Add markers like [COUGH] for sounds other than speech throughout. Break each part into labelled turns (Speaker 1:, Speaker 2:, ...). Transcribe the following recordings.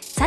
Speaker 1: さ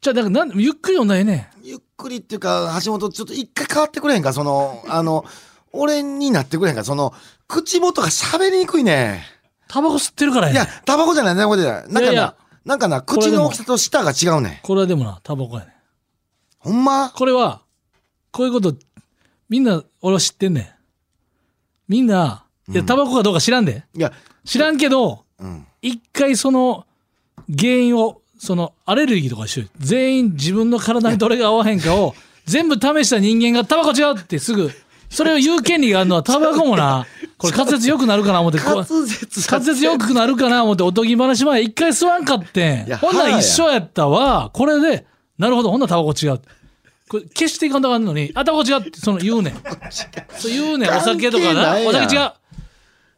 Speaker 2: じゃあ、だからなんゆっくり読んだらええね
Speaker 3: ゆっくりっていうか橋本ちょっと一回変わってくれへんかそのあの俺になってくれへんかその口元が喋りにくいね
Speaker 2: タバコ吸ってるからや
Speaker 3: い
Speaker 2: ねん
Speaker 3: やタバコじゃないタバコじゃないなんかない
Speaker 2: やいや
Speaker 3: なんかな
Speaker 2: れで
Speaker 3: 口
Speaker 2: も
Speaker 3: の大きさと舌が違うね
Speaker 2: これはでもな、タバコやねん
Speaker 3: ほんま
Speaker 2: これは、こういうこと、みんな、俺は知ってんねん。みんな、いや、タバコかどうか知らんで。
Speaker 3: いや
Speaker 2: 知らんけど、
Speaker 3: うん
Speaker 2: 一回その原因をそのアレルギーとか一緒全員自分の体にどれが合わへんかを全部試した人間がタバコ違うってすぐそれを言う権利があるのはタバコもなこれ滑舌良くなるかな思ってこう
Speaker 3: [LAUGHS] 滑舌
Speaker 2: 滑舌良くなるかな思っておとぎ話前一回吸わんかってん
Speaker 3: いや
Speaker 2: ほんなら一緒やったわこれでなるほどほんならタバコ違うこれ消していかんとあかんのにあタバコ違うってその言うねんそう言うねんお酒とか
Speaker 3: 関係
Speaker 2: な
Speaker 3: ないや
Speaker 2: お
Speaker 3: ん
Speaker 2: 酒違う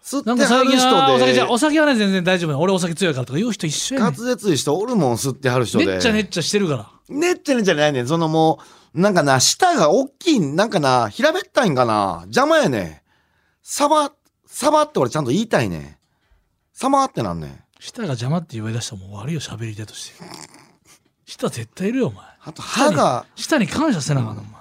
Speaker 3: 吸って
Speaker 2: なんか
Speaker 3: は
Speaker 2: 最
Speaker 3: る
Speaker 2: 近はお酒じゃお
Speaker 3: 人で
Speaker 2: 酒はね全然大丈夫や俺お酒強いからとか言う人一緒や
Speaker 3: 滑
Speaker 2: ね
Speaker 3: 舌いい人おるもん吸ってはる人
Speaker 2: ん
Speaker 3: で
Speaker 2: ねっちゃねっちゃしてるから
Speaker 3: ねっちゃねっちゃないねん。そのもう、なんかな、舌が大きい、なんかな、平べったいんかな。邪魔やねん。サバ、サバって俺ちゃんと言いたいねん。サバってなんねん。
Speaker 2: 舌が邪魔って言い出したらもう悪いよ喋り手として舌絶対いるよお前
Speaker 3: あと歯が、
Speaker 2: 舌に感謝せなあかんのお前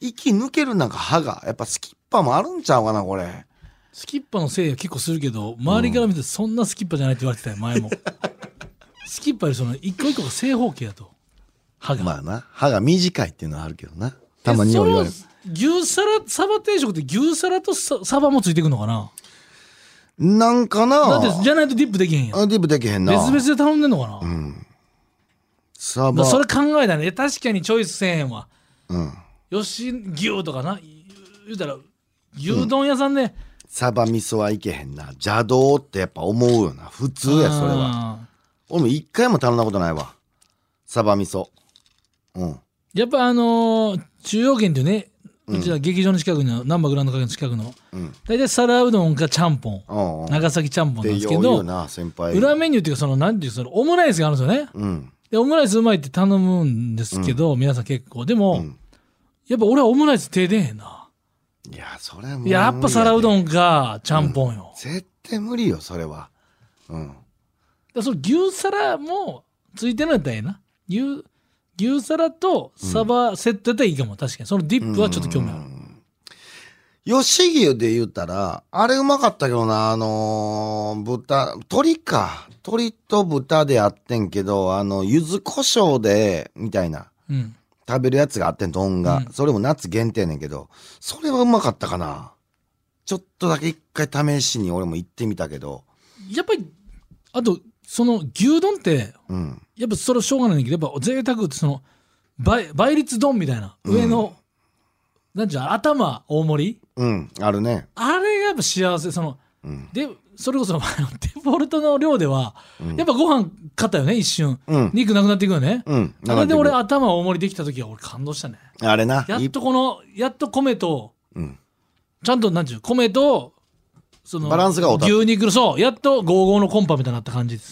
Speaker 3: 息抜けるなんか歯が。やっぱスキッパもあるんちゃうかな、これ。
Speaker 2: スキッパのせいは結構するけど周りから見てそんなスキッパじゃないって言われてたよ
Speaker 3: [LAUGHS]
Speaker 2: 前もスキッパよりその一個一個が正方形やと歯が、
Speaker 3: まあな、歯が短いっていうのはあるけどな。たまによう言われる
Speaker 2: え。その牛皿サバ定食って牛皿とササバもついてくのかな
Speaker 3: なんか
Speaker 2: だ
Speaker 3: な、
Speaker 2: ってじゃないとディップできへんやん
Speaker 3: あディブできへんな。
Speaker 2: 別々で頼んでんのかな、
Speaker 3: サ
Speaker 2: ま
Speaker 3: バ
Speaker 2: あ、。それ考えたらねいや確かにチョイスせえへんわ
Speaker 3: うん。
Speaker 2: 吉牛とかな言言うたら牛丼屋さんで、
Speaker 3: サバ味噌はいけへんな。邪道ってやっぱ思うよな。普通や、それは。
Speaker 2: は
Speaker 3: 俺も一回も頼んだことないわ。サバ味噌。うん。
Speaker 2: やっぱあのー中央圏っていうねうちら劇場の近くの難波グランド花園の近くの、
Speaker 3: ん
Speaker 2: 大体皿うどんかちゃんぽん
Speaker 3: うんうん。っ
Speaker 2: 長崎ちゃんぽん
Speaker 3: て
Speaker 2: なんですけ
Speaker 3: よう言
Speaker 2: ど
Speaker 3: うな、先輩。
Speaker 2: 裏メニューっていうかそのなんていうそのオムライスがあるんですよね
Speaker 3: うん。
Speaker 2: でオムライスうまいって頼むんですけど、皆さん結構でも、
Speaker 3: ん
Speaker 2: やっぱ俺はオムライス手出へんない
Speaker 3: や、それはもう。
Speaker 2: いややっぱ皿うど
Speaker 3: ん。
Speaker 2: んかちゃんぽんよ、
Speaker 3: 絶対無理よ、それは。うん。
Speaker 2: だからその牛皿もついてないんだったらええな牛牛皿とサバセットやったらいいかも、確かにそのディップはちょっと興味ある、
Speaker 3: 吉牛で言ったら、あれうまかったけどな、あのー豚、鶏か。鶏と豚であってんけど、あの、柚子胡椒で、みたいな。
Speaker 2: うん
Speaker 3: 食べるやつがあってん、丼が。
Speaker 2: うん
Speaker 3: それも夏限定ねんけど、それはうまかったかな。ちょっとだけ一回試しに俺も行ってみたけど、
Speaker 2: やっぱりあとその牛丼って
Speaker 3: うん。
Speaker 2: やっぱそれはしょうがないんだけどやっぱ贅沢ってその倍倍率丼みたいな上の、なんちゅうの頭大盛り
Speaker 3: うん、あるね。
Speaker 2: あれがやっぱ幸せその
Speaker 3: うん
Speaker 2: でそれこそあ [LAUGHS] のデフォルトの量では、
Speaker 3: うん
Speaker 2: やっぱご飯買ったよね一瞬
Speaker 3: うん
Speaker 2: 肉なくなっていくよね、
Speaker 3: うん
Speaker 2: あれで俺
Speaker 3: あ
Speaker 2: 頭大盛りできた時は俺感動したね
Speaker 3: れな
Speaker 2: やっとこのやっと米と
Speaker 3: うん
Speaker 2: ちゃんとなんていうの米とその
Speaker 3: バランスが合うた
Speaker 2: 牛肉のそうやっと55のコンパみたいになった感じで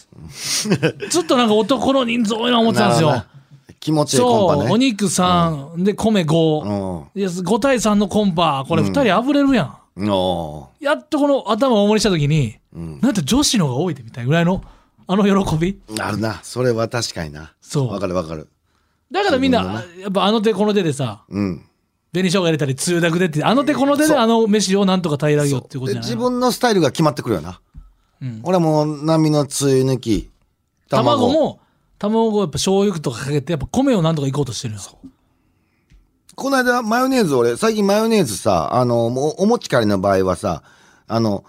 Speaker 3: [LAUGHS]
Speaker 2: すずっとなんか男の人数多いな思ってたんです
Speaker 3: なる
Speaker 2: よ
Speaker 3: ほどね気持ちいいコン
Speaker 2: そ
Speaker 3: パ
Speaker 2: う
Speaker 3: ね
Speaker 2: お肉3、で米5、
Speaker 3: う
Speaker 2: いや5対3のコンパこれ
Speaker 3: うん
Speaker 2: 2人あぶれるやん、
Speaker 3: んお
Speaker 2: やっとこの頭を大盛りした時に
Speaker 3: ーうん
Speaker 2: なんて女子の方が多いでみたいなぐらいのあの喜び
Speaker 3: あるなそれは確かにな
Speaker 2: そう
Speaker 3: わかるわかる
Speaker 2: だからみん
Speaker 3: そうだ
Speaker 2: なやっぱあの手この手でさ
Speaker 3: うん
Speaker 2: 紅生姜入れたりつゆだくでってあの手この手
Speaker 3: そ
Speaker 2: で
Speaker 3: う
Speaker 2: あの飯をなんとか平らげようっていうこ
Speaker 3: で
Speaker 2: とじゃない
Speaker 3: 自分のスタイルが決まってくるよな
Speaker 2: うん
Speaker 3: 俺はもう波のつゆ抜き
Speaker 2: 卵も卵をやっぱ醤油とかかけてやっぱ米をなんとかいこうとしてるよ
Speaker 3: この間マヨネーズ俺最近マヨネーズさあのもうお持ち帰りの場合はさあの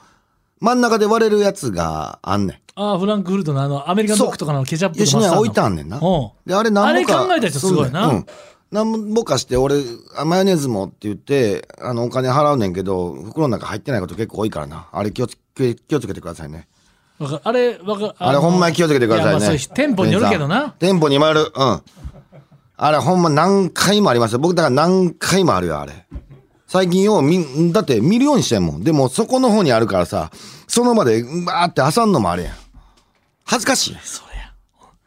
Speaker 3: 真ん中で割れるやつがあんね
Speaker 2: ああフランクフルトのあのアメリカンドッグとかのケチャッ
Speaker 3: ん
Speaker 2: プとか
Speaker 3: 吉
Speaker 2: マ
Speaker 3: 野
Speaker 2: ス
Speaker 3: 家
Speaker 2: タード
Speaker 3: 置いたんねんな
Speaker 2: おう
Speaker 3: であれ何ぼか
Speaker 2: あれ考えた人すごいな
Speaker 3: そうねうん、何ぼかして俺あマヨネーズもって言ってあのお金払うねんけど袋の中入ってないこと結構多いからなあれ気をつけ気をつけてくださいね
Speaker 2: わかあれわか
Speaker 3: あれほんまに気をつけてください
Speaker 2: やまあそ
Speaker 3: ね
Speaker 2: れ店舗によるけどな
Speaker 3: 店舗にもよるうんあれほんま何回もありますよ僕だから何回もあるよあれ最近よう見だって見るようにしてんもんでもそこの方にあるからさその場でバーって挟んのもあれやん恥ずかしいやん
Speaker 2: それや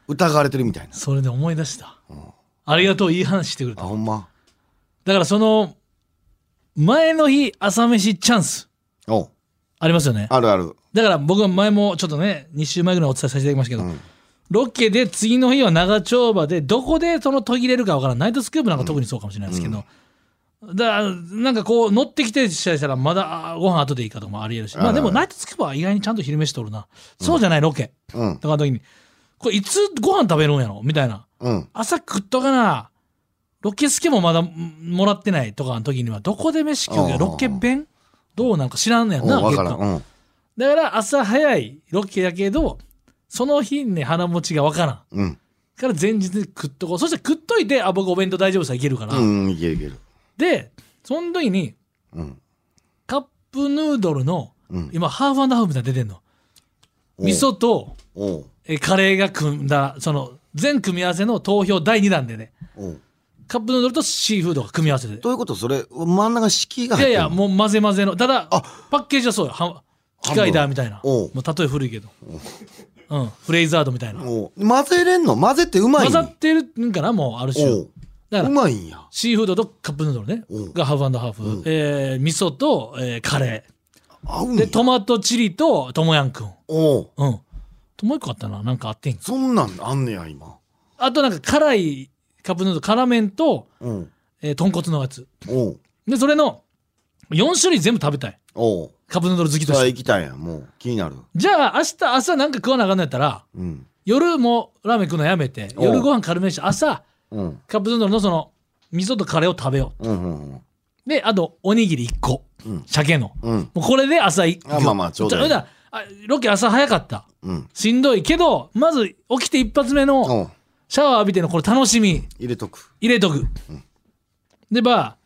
Speaker 3: 疑われてるみたいな
Speaker 2: それで思い出した、ありがとういい話してくれた
Speaker 3: あほんま
Speaker 2: だからその前の日朝飯チャンス
Speaker 3: おう
Speaker 2: ありますよね
Speaker 3: あるある
Speaker 2: だから僕は前もちょっとね2週前ぐらいお伝えさせていただきましたけど、
Speaker 3: ん
Speaker 2: ロケで次の日は長丁場でどこでその途切れるかわからんナイトスクープなんか特にそうかもしれないですけど、だからなんかこう乗ってきてしたらまだあーご飯後でいいかとかもありえるしまあでもナイトスクープは意外にちゃんと昼飯とるな、そうじゃないロケ
Speaker 3: うん
Speaker 2: とかの時にこれいつご飯食べるんやろみたいな
Speaker 3: うん
Speaker 2: 朝食っとかなロケスケもまだんもらってないとかの時にはどこで飯食う
Speaker 3: う
Speaker 2: か
Speaker 3: ん
Speaker 2: ロケ弁どうなんか知らんねやん
Speaker 3: おう
Speaker 2: な
Speaker 3: わから
Speaker 2: 結
Speaker 3: ん
Speaker 2: 果
Speaker 3: うん
Speaker 2: だから朝早いロケやけどその日に腹持ちがわからん
Speaker 3: うん
Speaker 2: から前日に食っとこうそして食っといてあ僕お弁当大丈夫さいけるから、
Speaker 3: うんいけるいける
Speaker 2: でその時に
Speaker 3: うん
Speaker 2: カップヌードルの
Speaker 3: うん
Speaker 2: 今ハーフハーフみたいなの出てんの味噌と
Speaker 3: おう
Speaker 2: えカレーが組んだその全組み合わせの投票第2弾でね
Speaker 3: おう
Speaker 2: カップヌードルとシーフードが組み合わせて
Speaker 3: どういうことそれ真ん中敷居が
Speaker 2: い
Speaker 3: 入
Speaker 2: や
Speaker 3: っ
Speaker 2: い
Speaker 3: てん
Speaker 2: や
Speaker 3: の
Speaker 2: もう混ぜ混ぜのただ
Speaker 3: あ
Speaker 2: パッケージはそうよは機械だみたいな
Speaker 3: おう
Speaker 2: もう例え古いけどうんフレイザードみたいな
Speaker 3: おう混ぜれんの混ぜってうまい
Speaker 2: 混
Speaker 3: ん
Speaker 2: ざってるんかなもうある
Speaker 3: お
Speaker 2: 種
Speaker 3: う
Speaker 2: だか
Speaker 3: う
Speaker 2: ら
Speaker 3: まいんや
Speaker 2: シーフードとカップヌードルね
Speaker 3: うん
Speaker 2: がハーフハーフ、
Speaker 3: うん
Speaker 2: えー味噌と、えーカレ
Speaker 3: 合うん
Speaker 2: ー
Speaker 3: や
Speaker 2: でトマトチリとともやんくん
Speaker 3: おう
Speaker 2: うんともう一個あったななんかあってん
Speaker 3: そんなんあんねや今
Speaker 2: あとなんか辛いカップヌードル辛麺と、
Speaker 3: うん
Speaker 2: えー豚骨のやつ
Speaker 3: おう
Speaker 2: でそれの4種類全部食べたい
Speaker 3: おう
Speaker 2: カップヌードル好きと
Speaker 3: さあ
Speaker 2: して
Speaker 3: 行きたいやんもう気になる
Speaker 2: じゃあ明日朝なんか食わなあかんのやったら
Speaker 3: うん
Speaker 2: 夜もラーメン食うのやめて
Speaker 3: おう
Speaker 2: 夜ご飯軽めにして朝
Speaker 3: うん
Speaker 2: カップヌードルのその味噌とカレーを食べよ
Speaker 3: うんうん
Speaker 2: うであとおにぎり1個、
Speaker 3: うん
Speaker 2: 鮭の
Speaker 3: うん
Speaker 2: もうこれで朝行く
Speaker 3: あまあまあちょうどいい
Speaker 2: じゃああロケ朝早かった
Speaker 3: うん
Speaker 2: しんどいけどまず起きて一発目の
Speaker 3: おう
Speaker 2: シャワー浴びてのこれ楽しみ
Speaker 3: 入れとく
Speaker 2: 入れとく、でまあ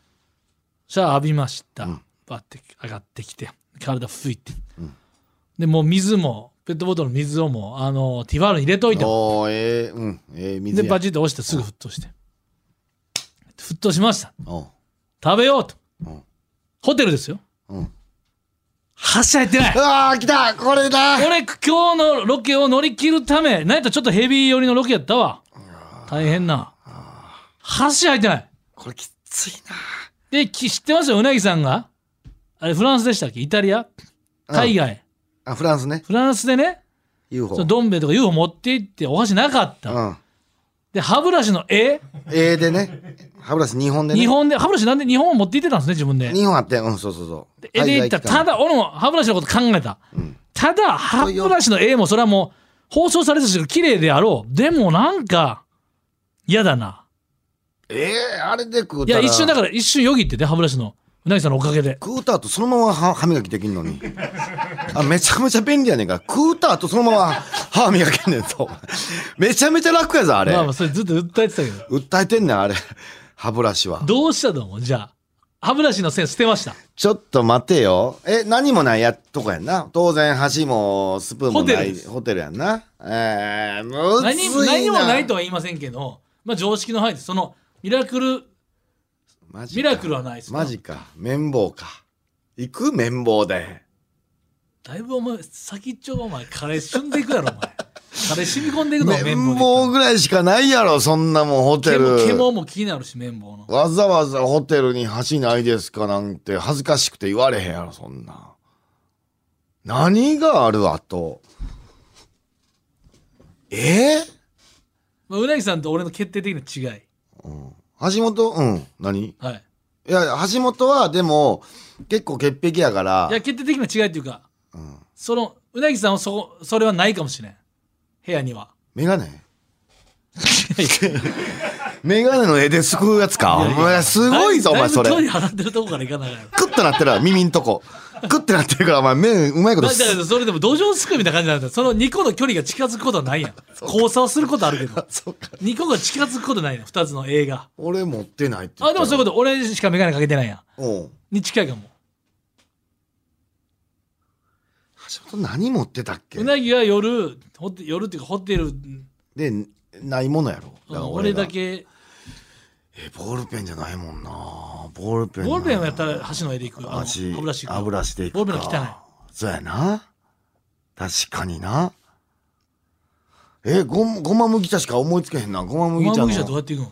Speaker 2: シャワー浴びました、
Speaker 3: うん
Speaker 2: バッて上がってきて体拭いて、
Speaker 3: うん
Speaker 2: でもう水もペットボトルの水をもうあのティファールに入れといて
Speaker 3: おうええうんええ水
Speaker 2: で
Speaker 3: や
Speaker 2: バチッと押してすぐ沸騰して沸騰しました
Speaker 3: おう
Speaker 2: 食べようと
Speaker 3: うん
Speaker 2: ホテルですよ
Speaker 3: うん
Speaker 2: はしゃいてないう
Speaker 3: わー来たこれだ
Speaker 2: 俺今日のロケを乗り切るためなんやったらちょっとヘビー寄りのロケやったわ大変な箸開いてない
Speaker 3: これきつい
Speaker 2: でき知ってますようなぎさんがあれフランスでしたっけイタリア
Speaker 3: うん
Speaker 2: 海外、
Speaker 3: なあフランスね
Speaker 2: フランスでね
Speaker 3: UFO
Speaker 2: そのドンベイとか UFO 持って行ってお箸なかった、
Speaker 3: うん
Speaker 2: で歯ブラシの絵
Speaker 3: ええでね歯ブラシ2本でね
Speaker 2: 日本で歯ブラシなんで日本を持って行ってたんですね自分で
Speaker 3: 日本あってうんそうそうそう
Speaker 2: 絵で言ったらただ俺も歯ブラシのこと考えた、
Speaker 3: ん
Speaker 2: ただ歯ブラシの絵もそれはもう放送されてたし綺麗であろうでもなんか嫌だな
Speaker 3: ええあれで食う
Speaker 2: い
Speaker 3: た
Speaker 2: や
Speaker 3: ら
Speaker 2: 一瞬だ
Speaker 3: ら
Speaker 2: から一瞬よぎってね歯ブラシのうなぎさんのおかげで
Speaker 3: 食うた後そのまま歯歯磨きできんの
Speaker 2: [LAUGHS]
Speaker 3: にあめちゃめちゃ便利やねんから食うた後そのまま歯磨けんねんぞめちゃめちゃ楽やぞあれ、
Speaker 2: まあまあそれずっと訴えてたけど
Speaker 3: 訴えてんねんあれ歯ブラシは
Speaker 2: どうしたと思うじゃあ歯ブラシの線捨てました。
Speaker 3: ちょっと待てよ。え、何もないやとかやんな。当然、箸もスプーンもない
Speaker 2: ホテルです
Speaker 3: ホテルやんな。えー、むずいな。
Speaker 2: 何も何もないとは言いませんけど、まあ、常識の範囲です。そのミラクル
Speaker 3: マジか
Speaker 2: ミラクルはないです。
Speaker 3: マジか。綿棒か。行く綿棒で。
Speaker 2: だいぶお前先っちょがお前カレー旬でいくやろお前カレー染み込ん
Speaker 3: [LAUGHS]
Speaker 2: でいくの
Speaker 3: 綿棒ぐらいしかないやろ、そんなもんホテ
Speaker 2: 毛も毛も
Speaker 3: ル。
Speaker 2: も気になるし綿棒の
Speaker 3: わざわざホテルに箸ないですかなんて恥ずかしくて言われへんやろ、そんな。何があるあと。えー
Speaker 2: まあうなぎさんと俺の決定的な違い
Speaker 3: 橋本うん。何
Speaker 2: はい
Speaker 3: いや、橋本はでも、結構潔癖やから
Speaker 2: いや、決定的な違いっていうか
Speaker 3: うん、
Speaker 2: そのうなぎさんはそこそれはないかもしれん部屋には
Speaker 3: メガネ [LAUGHS] メガネの絵ですくうやつか。お前すごいぞ、お
Speaker 2: だ
Speaker 3: 前それ。
Speaker 2: だ
Speaker 3: ク
Speaker 2: いぶ距離離ってるとこから行かないから
Speaker 3: ッとなってるわ、耳んとこ。クッとなってるから、お前、目、うまいこと
Speaker 2: だだ
Speaker 3: す
Speaker 2: けどそれでも土壌すくいみたいな感じなんだよその2個の距離が近づくこと
Speaker 3: [LAUGHS]
Speaker 2: はないやん交差をすることあるけど
Speaker 3: そうか。
Speaker 2: 2個が近づくことないやん2つの映画
Speaker 3: 俺持ってないって
Speaker 2: あでもそういう
Speaker 3: こ
Speaker 2: こと俺しか眼鏡かけてないやん
Speaker 3: と。うん。
Speaker 2: に近いかも
Speaker 3: 橋本何持ってたっけ
Speaker 2: うなぎは夜ホテ夜っていうかホテル
Speaker 3: で、ないものやろ。だから
Speaker 2: うん
Speaker 3: 俺
Speaker 2: 俺
Speaker 3: が
Speaker 2: だ。け
Speaker 3: え、ボールペンじゃないもんな。ボールペン。
Speaker 2: ボールペンはやったら箸の絵でいくあの
Speaker 3: 足
Speaker 2: 歯ブラシ行く
Speaker 3: 歯ブラシでいくか
Speaker 2: ボールペンは
Speaker 3: そうやな確かになえごごま麦茶しか思いつけへんなごま
Speaker 2: 汚い
Speaker 3: 麦
Speaker 2: ご
Speaker 3: 茶
Speaker 2: ま
Speaker 3: の
Speaker 2: むぎ茶どうやっていくの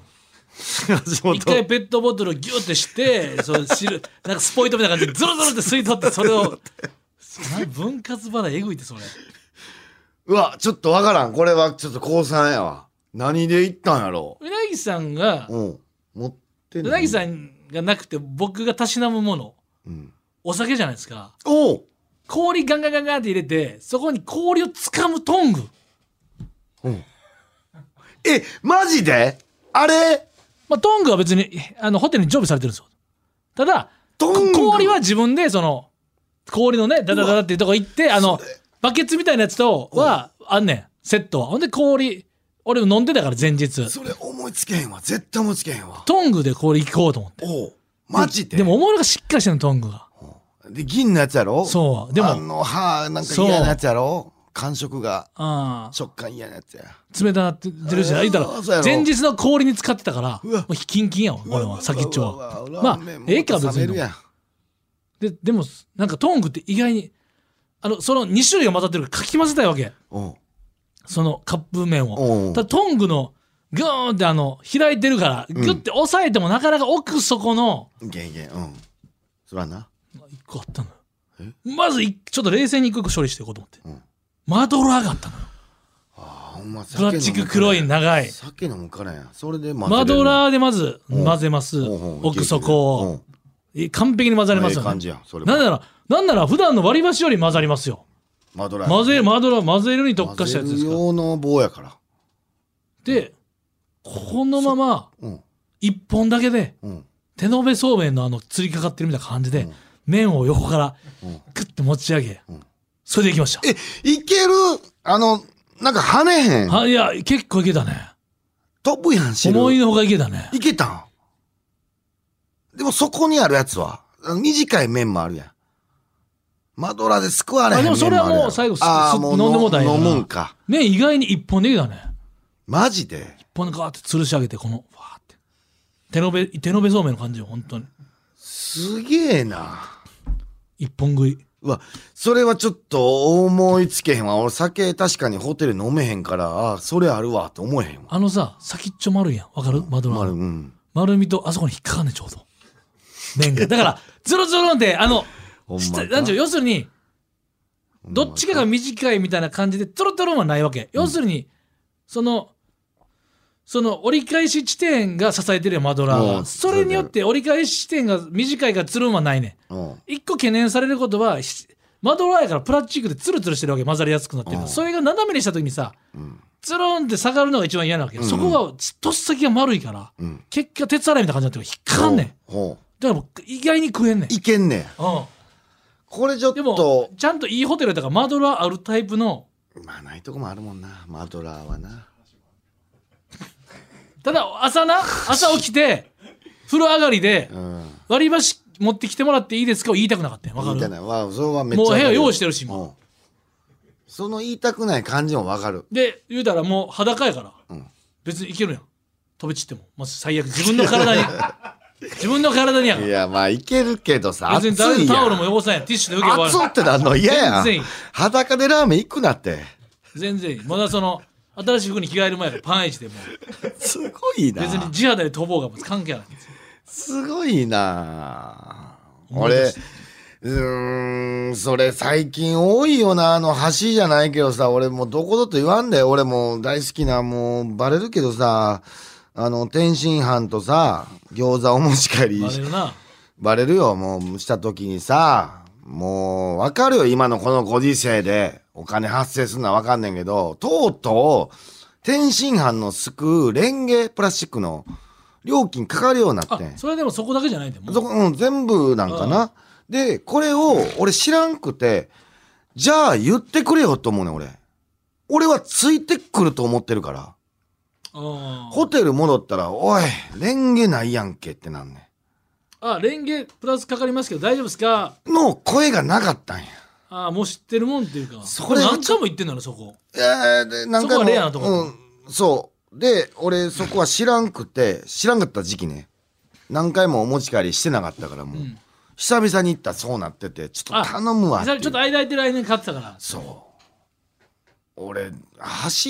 Speaker 3: [LAUGHS] 橋本
Speaker 2: 一回ペットボトルをギュってしてその汁なんかスポイトみたいな感じでズルズルって吸い取ってそれをな分割払いえぐいってそれ
Speaker 3: うわちょっとわからんこれはちょっと高三やわ何で行ったんやろ
Speaker 2: うなぎさんが
Speaker 3: ううん持って
Speaker 2: うなぎさ
Speaker 3: ん、
Speaker 2: んがなくて僕がたしなむもの
Speaker 3: うん、
Speaker 2: お酒じゃないですか
Speaker 3: おう
Speaker 2: 氷ガンガンガンガンって入れてそこに氷を掴むトング
Speaker 3: えマジであれ
Speaker 2: まあ、トングは別にあのホテルに常備されてるんですよただ
Speaker 3: トング
Speaker 2: こ氷は自分でその氷のねダダダダっていうとこ行ってあのバケツみたいなやつとはあんねんセットはほんで氷俺飲んでたから前日
Speaker 3: それ思いつけへんわ絶対思いつけへんわ
Speaker 2: トングで氷行こうと思って
Speaker 3: おうマジで
Speaker 2: でもおもろがしっかりしてんのトングが
Speaker 3: で銀のやつやろ
Speaker 2: そうでも
Speaker 3: あの歯なんか嫌なやつやろ感触が
Speaker 2: あ
Speaker 3: 食感嫌なやつや
Speaker 2: あ冷たなってるじゃん言った
Speaker 3: あーそうやろ
Speaker 2: ら前日の氷に使ってたから
Speaker 3: うわ
Speaker 2: もうキンキンやわこれは先っちょ
Speaker 3: う
Speaker 2: は
Speaker 3: わうわうわ
Speaker 2: まあ
Speaker 3: ラーメンも
Speaker 2: ええか別
Speaker 3: 冷め
Speaker 2: に
Speaker 3: るやん
Speaker 2: ででもなんかトングって意外にあのその2種類が混ざってるからかき混ぜたいわけ
Speaker 3: うん
Speaker 2: そのカップ麺
Speaker 3: うん
Speaker 2: を。ただトングのグーンってあの開いてるから、
Speaker 3: ん
Speaker 2: グッて押さえてもなかなか奥底の
Speaker 3: いけんいけんうんそらな
Speaker 2: 一個あったのよ。まずいちょっと冷静に一個一個処理していこうと思って。
Speaker 3: うん
Speaker 2: マドル上がったのよ。
Speaker 3: あほんま
Speaker 2: プラスチック黒い長い。
Speaker 3: 酒飲むからやんそれで
Speaker 2: マドラーでまず
Speaker 3: うん
Speaker 2: 混ぜます。奥底を。え完璧に混ざり
Speaker 3: ま
Speaker 2: ますすよ
Speaker 3: 感
Speaker 2: ね。
Speaker 3: じやんそれも
Speaker 2: なんなら、なんなら普段の割り箸より混ざりますよ。
Speaker 3: マドラー
Speaker 2: 混ぜる、マドラー混ぜるに特化したやつです
Speaker 3: 混ぜ
Speaker 2: から
Speaker 3: る。用の棒やから
Speaker 2: で、このまま
Speaker 3: うん
Speaker 2: 一本だけで、
Speaker 3: うん
Speaker 2: 手延べそうめんのあの吊りかかってるみたいな感じで、
Speaker 3: うん
Speaker 2: 麺を横から
Speaker 3: うん
Speaker 2: グッて持ち上げ、
Speaker 3: うん
Speaker 2: それでいきました
Speaker 3: えいけるあのなんか跳ねへん
Speaker 2: はいや結構いけたね
Speaker 3: 飛ぶやん汁
Speaker 2: 思いのほかいけたね
Speaker 3: いけたんでもそこにあるやつは、あの短い麺もあるやん。マドラーですくわれへん
Speaker 2: あで
Speaker 3: 麺
Speaker 2: もそれは
Speaker 3: あ
Speaker 2: もう
Speaker 3: るやん
Speaker 2: 最後す
Speaker 3: あー
Speaker 2: す
Speaker 3: も
Speaker 2: 飲んでもうたんやな
Speaker 3: 飲むんか。
Speaker 2: 麺意外に一本でいけたね
Speaker 3: マジで
Speaker 2: 一本でガーって吊るし上げてこのわーって手延べ手延べそうめんの感じよ本当に
Speaker 3: すげえな。
Speaker 2: 一本食いう
Speaker 3: わ、それはちょっと思いつけへんわ。俺酒確かにホテル飲めへんから、あーそれあるわって思えへんわ。
Speaker 2: あのさ先っちょ丸いやんわかるマド
Speaker 3: まあ、
Speaker 2: ラ
Speaker 3: う
Speaker 2: ー
Speaker 3: ん。
Speaker 2: 丸みとあそこに引っかかんねんちょうど麺がだからズルズルンってあの
Speaker 3: ほん
Speaker 2: し
Speaker 3: まか
Speaker 2: なんちゅう要するに
Speaker 3: ほんま
Speaker 2: どっちかが短いみたいな感じでトロトロはないわけ要するに、そのその折り返し地点が支えてるよマドラー
Speaker 3: う
Speaker 2: は
Speaker 3: ん
Speaker 2: それによって折り返し地点が短いからつるんはないね
Speaker 3: うん。
Speaker 2: ん一個懸念されることはひマドラーやからプラスチックでツルツルしてるわけ混ざりやすくなってる
Speaker 3: うん
Speaker 2: それが斜めにした時にさ
Speaker 3: うん。
Speaker 2: つるんって下がるのが一番嫌なわけ、
Speaker 3: うんうん
Speaker 2: そこがとっ先が丸いから
Speaker 3: うん。
Speaker 2: 結果鉄洗いみたいな感じになってるから引っかかんねん
Speaker 3: ほう。ほ
Speaker 2: だからもう意外に食えんねん
Speaker 3: ういけんねん。
Speaker 2: う
Speaker 3: これちょっ
Speaker 2: ん、でも
Speaker 3: と。
Speaker 2: ちゃんといいホテルだからマドラーあるタイプの
Speaker 3: まあないとこもあるもんな。マドラーはな。
Speaker 2: ただ朝な朝起きて風呂上がりで
Speaker 3: うん。
Speaker 2: 割り箸持ってきてもらっていいですかを言いたくなかったよわか
Speaker 3: みたい
Speaker 2: る
Speaker 3: なわそれはめっちゃ
Speaker 2: もう
Speaker 3: わか
Speaker 2: 部屋
Speaker 3: るよ
Speaker 2: 用意してるしも
Speaker 3: うんその言いたくない感じもわかる
Speaker 2: で言うたらもう裸やから、
Speaker 3: うん
Speaker 2: 別にいけるやん飛び散ってもまず最悪自分の
Speaker 3: [LAUGHS]
Speaker 2: 体に自分の体にやん
Speaker 3: いやまあいけるけどさ暑
Speaker 2: 別に誰
Speaker 3: い
Speaker 2: の
Speaker 3: や
Speaker 2: タオル
Speaker 3: ん
Speaker 2: も汚さんやんティッシュで受け終わ
Speaker 3: 暑
Speaker 2: る
Speaker 3: ってなんの嫌やん
Speaker 2: 全然いい
Speaker 3: 裸でラーメン行くなって
Speaker 2: 全然いいまだその新しい服に着替える前からパンイチでもう
Speaker 3: すごいな
Speaker 2: 別に地肌で飛ぼうがもう関係ない
Speaker 3: すごいな
Speaker 2: 思い出
Speaker 3: 俺
Speaker 2: し
Speaker 3: うーんそれ最近多いよなあの橋じゃないけどさ俺もうどこぞと言わんで俺もう大好きなもうバレるけどさあの天津飯とさ餃子お持ち帰り
Speaker 2: バレるな
Speaker 3: バレるよもうした時にさもうわかるよ今のこのご時世でお金発生するのはわかんねんけどとうとう天津飯のすくうレンゲプラスチックの料金かかるようにな
Speaker 2: あ
Speaker 3: ってん
Speaker 2: それでもそこだけじゃないんだよもう
Speaker 3: そこ、うん、全部なんかなでこれを俺知らんくてじゃあ言ってくれよと思うねん俺俺はついてくると思ってるから
Speaker 2: あ
Speaker 3: ホテル戻ったら「おいレンゲないやんけ」ってなんね
Speaker 2: ーあレンゲプラスかかりますけど大丈夫ですか
Speaker 3: んの声がなかったんや
Speaker 2: あーもう知ってるもんっていうか
Speaker 3: それは
Speaker 2: 何回も言ってんだろそこ
Speaker 3: いやーで何回
Speaker 2: そ
Speaker 3: も
Speaker 2: こはレアなとこ
Speaker 3: うん、そうで俺そこは知らんくて知らんかった時期ね何回もお持ち帰りしてなかったからもう、
Speaker 2: ん
Speaker 3: 久々に行ったらそうなっててちょっ
Speaker 2: あ
Speaker 3: と頼むわって
Speaker 2: ちょ
Speaker 3: い
Speaker 2: っ
Speaker 3: う
Speaker 2: と間空いてる間に買ってたから
Speaker 3: そう俺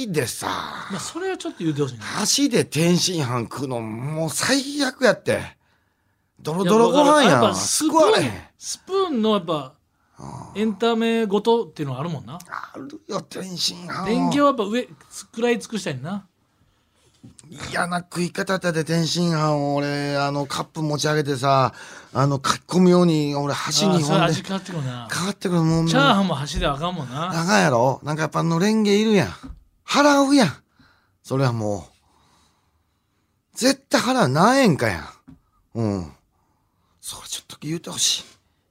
Speaker 3: 橋でさ
Speaker 2: まあ、それはちょっと言ってほしいな
Speaker 3: 橋で天津飯食うのもう最悪やってドロドロご飯や
Speaker 2: っぱ
Speaker 3: ん
Speaker 2: ス
Speaker 3: す
Speaker 2: プ
Speaker 3: くわれ
Speaker 2: ー
Speaker 3: へ
Speaker 2: ン
Speaker 3: ん
Speaker 2: スプーンのやっぱエンタメごとっていうのはあるもんな
Speaker 3: あるよ天津飯は
Speaker 2: 電気はやっぱ上食らい尽くしたいな
Speaker 3: 嫌な食い方だで天津飯を俺あのカップ持ち上げてさあの書き込むように俺箸
Speaker 2: あ
Speaker 3: に
Speaker 2: ーそれ
Speaker 3: ほんで
Speaker 2: 味変わってくるな
Speaker 3: かかってくるもん
Speaker 2: チャーハンも箸ではあかんもんな
Speaker 3: 長いやろなんかやっぱあのレンゲいるやん払うやんそれはもう絶対払う何円かやんうんそれちょっと言うてほし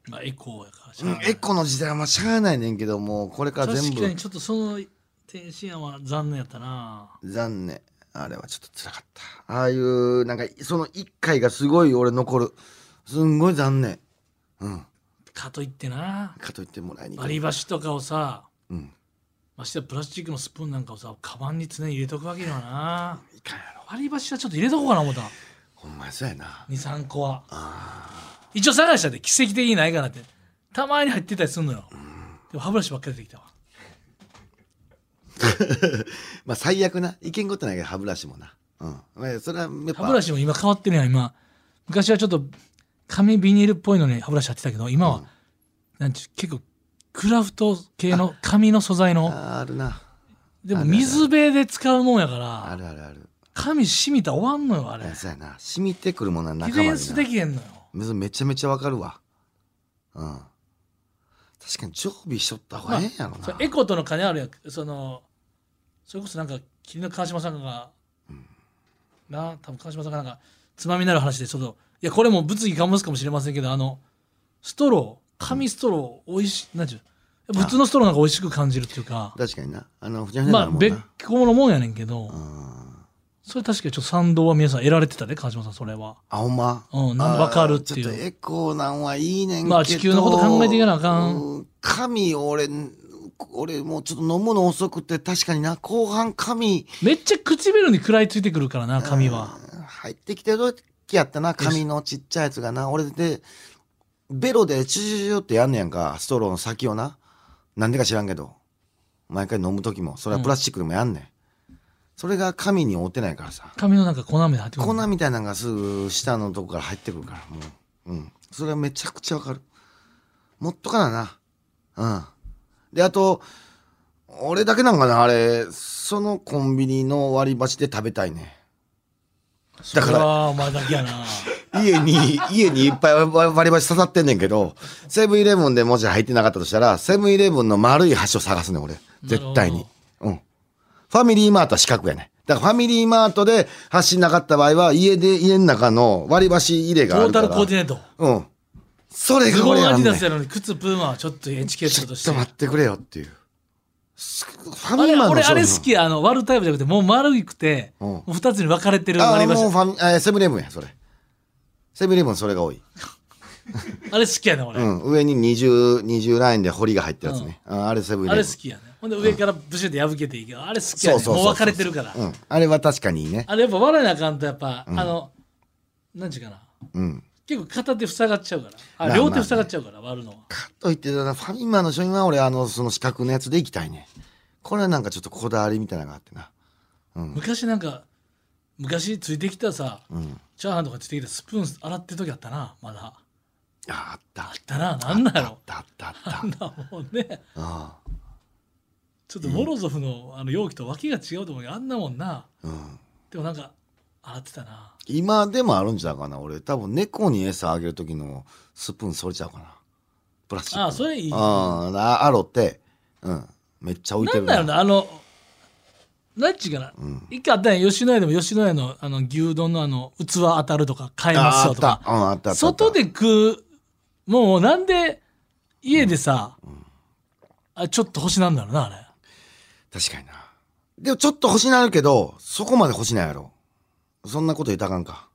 Speaker 3: い、
Speaker 2: まあエコーやからし
Speaker 3: うん、エコの時代はまあしゃあないねんけどもうこれから全
Speaker 2: 確か
Speaker 3: 部
Speaker 2: にちょっとその天津飯は残念やったな
Speaker 3: 残念あれはちょっと辛かったああいうなんかその一回がすごい俺残るすんごい残念うん
Speaker 2: かといってな
Speaker 3: かといってもらいに行く
Speaker 2: 割り箸とかをさ
Speaker 3: うん
Speaker 2: ましてやプラスチックのスプーンなんかをさカバンに常に入れとくわけにはない
Speaker 3: かんやろ
Speaker 2: 割り箸はちょっと入れとこうかな思った
Speaker 3: ほんまそうやな
Speaker 2: 23個は一応探したで奇跡的にないかなってたまに入ってたりすんのよでも歯ブラシばっかり出てきたわ
Speaker 3: まあ最悪な意見ごとないけど歯ブラシもなうんまあそれはやっぱ
Speaker 2: 歯ブラシも今変わってるやん今昔はちょっと紙ビニールっぽいのに歯ブラシ貼ってたけど今は、なんちゅう結構クラフト系の紙の素材の
Speaker 3: あーあるな
Speaker 2: で
Speaker 3: あ
Speaker 2: も
Speaker 3: るある
Speaker 2: 水辺で使うもんやか
Speaker 3: あ
Speaker 2: ら
Speaker 3: るあるある
Speaker 2: 紙染みたら終わんのよあれ
Speaker 3: あそうやな染みてくるものは
Speaker 2: ディ
Speaker 3: 仲
Speaker 2: フェ
Speaker 3: 間
Speaker 2: ンスで
Speaker 3: に
Speaker 2: きへんのよ
Speaker 3: なめちゃめちゃわかるわうん確かに常備しとった方がええんやろ
Speaker 2: そ
Speaker 3: な
Speaker 2: れエコとの金あるやんそのそれこそなんか君の川島さんが、な多分川島さんがなんかつまみになる話でちょっといやこれも物議かもすかもしれませんけどあのストロー紙ストロー美味しいなんちゅうやっぱ普通のストローなんか美味しく感じるっていうか
Speaker 3: 確かになあのふにゃふにゃ
Speaker 2: ま
Speaker 3: な
Speaker 2: あ
Speaker 3: るもん
Speaker 2: 別
Speaker 3: な
Speaker 2: 個のもんやねんけ
Speaker 3: う
Speaker 2: ど、
Speaker 3: ん
Speaker 2: それ確かにちょっと賛同は皆さん得られてたね川島さんそれは
Speaker 3: あほんま
Speaker 2: うんなんかわかるっていう
Speaker 3: あーちょっとエコーなんはいいねんけど
Speaker 2: まあ地球のこと考えていかなあか
Speaker 3: う
Speaker 2: ん
Speaker 3: ん神俺俺もうちょっと飲むの遅くて確かにな後半神
Speaker 2: めっちゃ唇に食らいついてくるからな紙は
Speaker 3: 入ってきてる時やったな紙のちっちゃいやつがな俺でベロでチュチュチュチュってやんねやんかストローの先をななんでか知らんけど毎回飲む時もそれはプラスチックでもやんねん、それが紙に合うてないからさ
Speaker 2: 紙のなんか粉目で入ってくる
Speaker 3: 粉みたいなのがすぐ下のとこから入ってくるからもううんそれはめちゃくちゃわかる持っとかななうんであと俺だけなんかなあれそのコンビニの割り箸で食べたいねだから
Speaker 2: それはお前だ
Speaker 3: [LAUGHS]
Speaker 2: けやな
Speaker 3: 家に、家にいっぱい割り箸刺さってんねんけど、セブンイレブンでもし入ってなかったとしたら、セブンイレブンの丸い箸を探すねん、俺。絶対
Speaker 2: なる
Speaker 3: に
Speaker 2: ほ。
Speaker 3: うん。ファミリーマートは四角やね。だからファミリーマートで箸なかった場合は、家で、家の中の割り箸入れ
Speaker 2: ト
Speaker 3: があ
Speaker 2: ー
Speaker 3: るか
Speaker 2: タ
Speaker 3: ら。
Speaker 2: ルコーディネート
Speaker 3: うん。それ
Speaker 2: ズ
Speaker 3: が
Speaker 2: ボ
Speaker 3: 俺
Speaker 2: ン
Speaker 3: や
Speaker 2: ア
Speaker 3: ん
Speaker 2: ディ
Speaker 3: ねん。
Speaker 2: ダス
Speaker 3: ち
Speaker 2: やのに靴プーマはちょっとエチケットとし
Speaker 3: ょ
Speaker 2: て
Speaker 3: っと待ってくれよっていう。すファ
Speaker 2: あ
Speaker 3: ミ
Speaker 2: れ
Speaker 3: マの
Speaker 2: 俺
Speaker 3: 商
Speaker 2: あ
Speaker 3: 品
Speaker 2: れ好きやあの割るタイプじゃなくてもう丸くて
Speaker 3: うん
Speaker 2: もう2つに分かれてる
Speaker 3: あ
Speaker 2: 割り
Speaker 3: もう
Speaker 2: 箸
Speaker 3: ファミ、えーセブンイレブンや、それ。セブンイレブンそれが多い。
Speaker 2: あれ好きやね俺、
Speaker 3: うん、上に20、20ラインで彫りが入ったやつね。うんあれセブンイ
Speaker 2: あ
Speaker 3: レブ
Speaker 2: れ
Speaker 3: ン。
Speaker 2: 好きやねほんで上からブシュって破けていいけどあれ好きやね
Speaker 3: そうそうそうそう
Speaker 2: もう分かれてるから、
Speaker 3: うん、あれは確かにいいね。
Speaker 2: あれやっぱ笑いなあかんとやっぱ、あの何ちゅうかな
Speaker 3: うん。
Speaker 2: 結構片手塞がっちゃうからあ
Speaker 3: まあ
Speaker 2: 両手塞がっちゃうから割るのは
Speaker 3: かといってだなファミマの商品は俺あのその四角のやつでいきたいねこれはなんかちょっとこだわりみたいなのがあってな
Speaker 2: 昔なんか昔ついてきたさ、
Speaker 3: うん
Speaker 2: チャーハンとかついてきたスプーン洗ってる時あったなまだ
Speaker 3: ああったあっ
Speaker 2: だななんだろ
Speaker 3: たあったあった
Speaker 2: う [LAUGHS] なもうね
Speaker 3: あ
Speaker 2: ちょっとモロゾフのあの容器と脇が違うと思うけどあんなもんな
Speaker 3: あうん
Speaker 2: でもなんか洗ってたな
Speaker 3: 今でもあるんじゃないかな俺多分猫に餌あげる時のスプーンそれちゃうかなプラスチックの
Speaker 2: あそれいい
Speaker 3: うんああろってうんめっちゃ浮いて
Speaker 2: な
Speaker 3: る
Speaker 2: んだろうなあの何っちゅうかな、一回あったんや吉野家でも吉野家のあの牛丼のあの器当たるとか買えま
Speaker 3: あ
Speaker 2: す
Speaker 3: あ
Speaker 2: よ
Speaker 3: っ
Speaker 2: と
Speaker 3: た
Speaker 2: か
Speaker 3: うんあったあったあった
Speaker 2: 外で食うもうなんで家でさ、あちょっと星なんだろうなあれ
Speaker 3: 確かになでもちょっと欲しなるけどそこまで欲しないやろそんなこと言ったらあかんか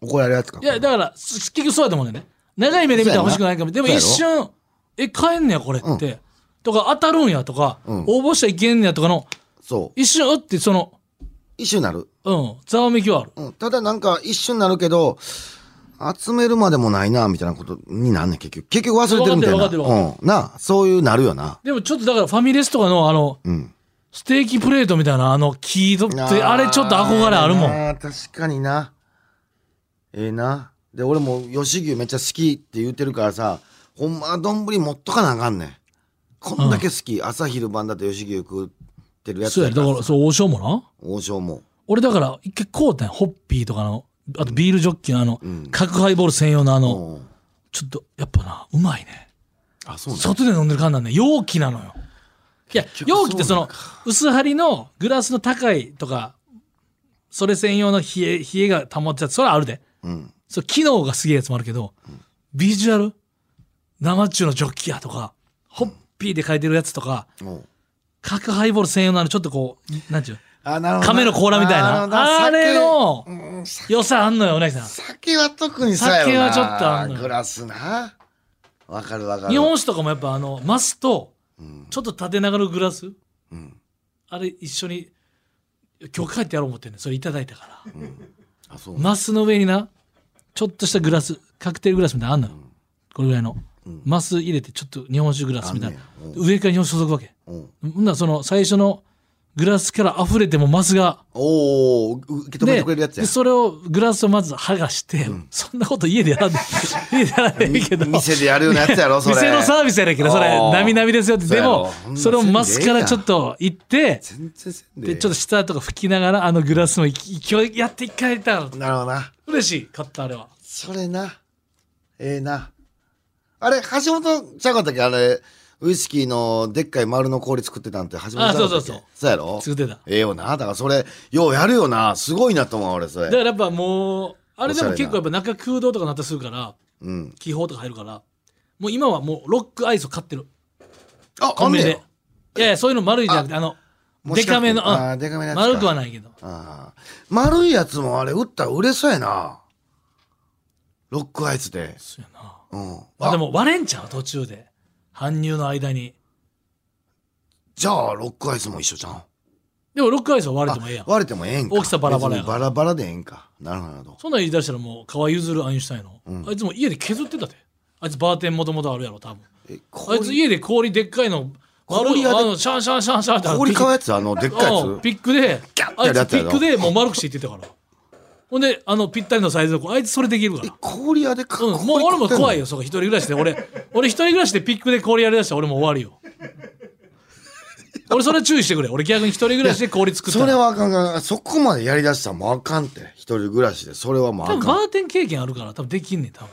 Speaker 3: 怒られるやつか
Speaker 2: いやだからす結局そうやと思うんだよね長い目で見たら欲しくないかもでも
Speaker 3: そうや
Speaker 2: 一
Speaker 3: ろ
Speaker 2: 瞬え買えんねやこれって、とか当たるんやとか、
Speaker 3: うん
Speaker 2: 応募したらいけんねやとかの
Speaker 3: そう
Speaker 2: 一瞬うってその
Speaker 3: 一緒になる、
Speaker 2: うんざわめきはある
Speaker 3: うん、ただなんか一緒になるけど集めるまでもないなみたいなことになんねん結局結局忘れてるみたい
Speaker 2: わかってるわか
Speaker 3: な、うん、なあそういうなるよな
Speaker 2: でもちょっとだからファミレスとかのあの
Speaker 3: うん
Speaker 2: ステーキプレートみたいなあの黄色ってあれちょっと憧れあるもん
Speaker 3: あー確かになええなで俺も吉牛めっちゃ好きって言ってるからさほんまは丼持っとかなあかんねんこんだけ好き、朝昼晩だって吉牛食ってるやつ
Speaker 2: そうや
Speaker 3: や
Speaker 2: で
Speaker 3: か
Speaker 2: だ
Speaker 3: ら
Speaker 2: からそう王将もな
Speaker 3: 王将も
Speaker 2: 俺だから一回こうたんやホッピーとかのあとビールジョッキのあの、
Speaker 3: ん
Speaker 2: 角ハイボール専用のあの、
Speaker 3: うん
Speaker 2: ちょっとやっぱなうまいね
Speaker 3: あそうなんだ
Speaker 2: 外で飲んでる感なんね容器なのよいや
Speaker 3: 結局
Speaker 2: 容器ってそ
Speaker 3: そうな
Speaker 2: の
Speaker 3: んか
Speaker 2: 薄張りのグラスの高いとかそれ専用の冷え冷えが保ってたそれはあるで
Speaker 3: うん
Speaker 2: そう機能がすげえやつもあるけど、ビジュアル生中のジョッキやとかホッピーで書いてるやつとか
Speaker 3: おう
Speaker 2: 角ハイボール専用のあのちょっとこうなんちゅう
Speaker 3: あなるほどな
Speaker 2: 亀の甲羅みたい
Speaker 3: る
Speaker 2: な
Speaker 3: ほど酒
Speaker 2: あれの
Speaker 3: うん
Speaker 2: 良さあんのようなぎさん
Speaker 3: 酒は特にさ
Speaker 2: 酒はちょっとあんのよ
Speaker 3: グラスなわかるわかる
Speaker 2: 日本酒とかもやっぱあのマスと
Speaker 3: うん
Speaker 2: ちょっと縦長のグラス、
Speaker 3: うん
Speaker 2: あれ一緒に今日帰ってやろう思ってんねんそれいただいたから、
Speaker 3: あそう
Speaker 2: マスの上になちょっとしたグラスカクテルグラスみたいなのあんのよ、これぐらいの、マス入れてちょっと日本酒グラスみたいな
Speaker 3: あんねや
Speaker 2: 上から日本酒注ぐわけ
Speaker 3: うん
Speaker 2: ほんならその最初のグラスから溢れてもマスが
Speaker 3: おお受け止めてくれるやつや
Speaker 2: でそれをグラスをまず剥がして、そんなこと [LAUGHS] 家でやら
Speaker 3: [LAUGHS]
Speaker 2: んで家でやらんでいいけど
Speaker 3: 店でやるようなやつやろそれ
Speaker 2: 店のサービスやねんけどそれ
Speaker 3: おー
Speaker 2: なみなみですよって
Speaker 3: そう
Speaker 2: で
Speaker 3: やろ
Speaker 2: も
Speaker 3: ほんな
Speaker 2: それをマスからちょっと行って
Speaker 3: 全然せんで
Speaker 2: でちょっと下とか拭きながらあのグラスも勢いやって一回やったの
Speaker 3: なるほどな
Speaker 2: 嬉しい買ったあれは
Speaker 3: それなええなあれ橋本ちゃうかったっけあれウイスキーのでっかい丸の氷作ってたんて橋本ちゃかったっけ
Speaker 2: あそうそうそう
Speaker 3: そうやろ
Speaker 2: 作ってただか
Speaker 3: ええよなだからそれようやるよなすごいなと思う俺そ
Speaker 2: ら
Speaker 3: れ
Speaker 2: やっぱもうあれでも
Speaker 3: おしゃれ
Speaker 2: 結
Speaker 3: な
Speaker 2: 構やっぱ中空洞とかなったりするから
Speaker 3: うん
Speaker 2: 気泡とか入るからもう今はもうロックアイスを買ってる
Speaker 3: あ
Speaker 2: コンビニ
Speaker 3: あんねや
Speaker 2: でいやいやそういうの丸いじゃなくてあの
Speaker 3: も
Speaker 2: デ
Speaker 3: しかして
Speaker 2: カめの
Speaker 3: あ
Speaker 2: う
Speaker 3: ー
Speaker 2: ん
Speaker 3: デカめのやつか
Speaker 2: 丸くはないけど
Speaker 3: ああ丸いやつもあれ打ったら売れそうやなロックアイズで
Speaker 2: そうやな
Speaker 3: うん
Speaker 2: まあでも割れんちゃう途中で搬入の間に
Speaker 3: じゃあロックアイスも一緒じゃん
Speaker 2: でもロックアイスは割れ
Speaker 3: あ
Speaker 2: てもええやん
Speaker 3: 割れてもええんか
Speaker 2: 大きさバラバラや
Speaker 3: 別
Speaker 2: か
Speaker 3: にバラバラでええんかなるほどなるほど
Speaker 2: そんなん言い出したらもう川譲るアインシュタインの、あいつも家で削ってたであいつバーテンもともとあるやろ多分
Speaker 3: え
Speaker 2: あいつ家で氷でっかいの丸
Speaker 3: 氷
Speaker 2: い
Speaker 3: 屋
Speaker 2: あ
Speaker 3: で
Speaker 2: のシャンシャンシャンシャンって
Speaker 3: 氷買う
Speaker 2: い
Speaker 3: やつあのでっかいやつ
Speaker 2: ピックで
Speaker 3: ギャッて
Speaker 2: あ
Speaker 3: や
Speaker 2: い
Speaker 3: るや
Speaker 2: つ
Speaker 3: つ
Speaker 2: ピ
Speaker 3: やろ
Speaker 2: ックでもう丸くしていってたからほんであのぴったりのサイズの子あいつそれできるから
Speaker 3: 氷屋でか
Speaker 2: うん、もう俺
Speaker 3: 氷買って
Speaker 2: も
Speaker 3: んの
Speaker 2: 怖いよ、そうか、一人暮らしで。俺、 [LAUGHS] 俺一人暮らしでピックで氷やりだしたら俺も終わるよ。俺それ注意してくれ。俺逆に一人暮らしで氷作った
Speaker 3: そ
Speaker 2: ら。
Speaker 3: れはあかんがそこまでやりだしたらもうあかんって一人暮らしでそれはもう
Speaker 2: 多
Speaker 3: あ
Speaker 2: 分バ
Speaker 3: かん
Speaker 2: ーテン経験あるから、多分できんねん、多分。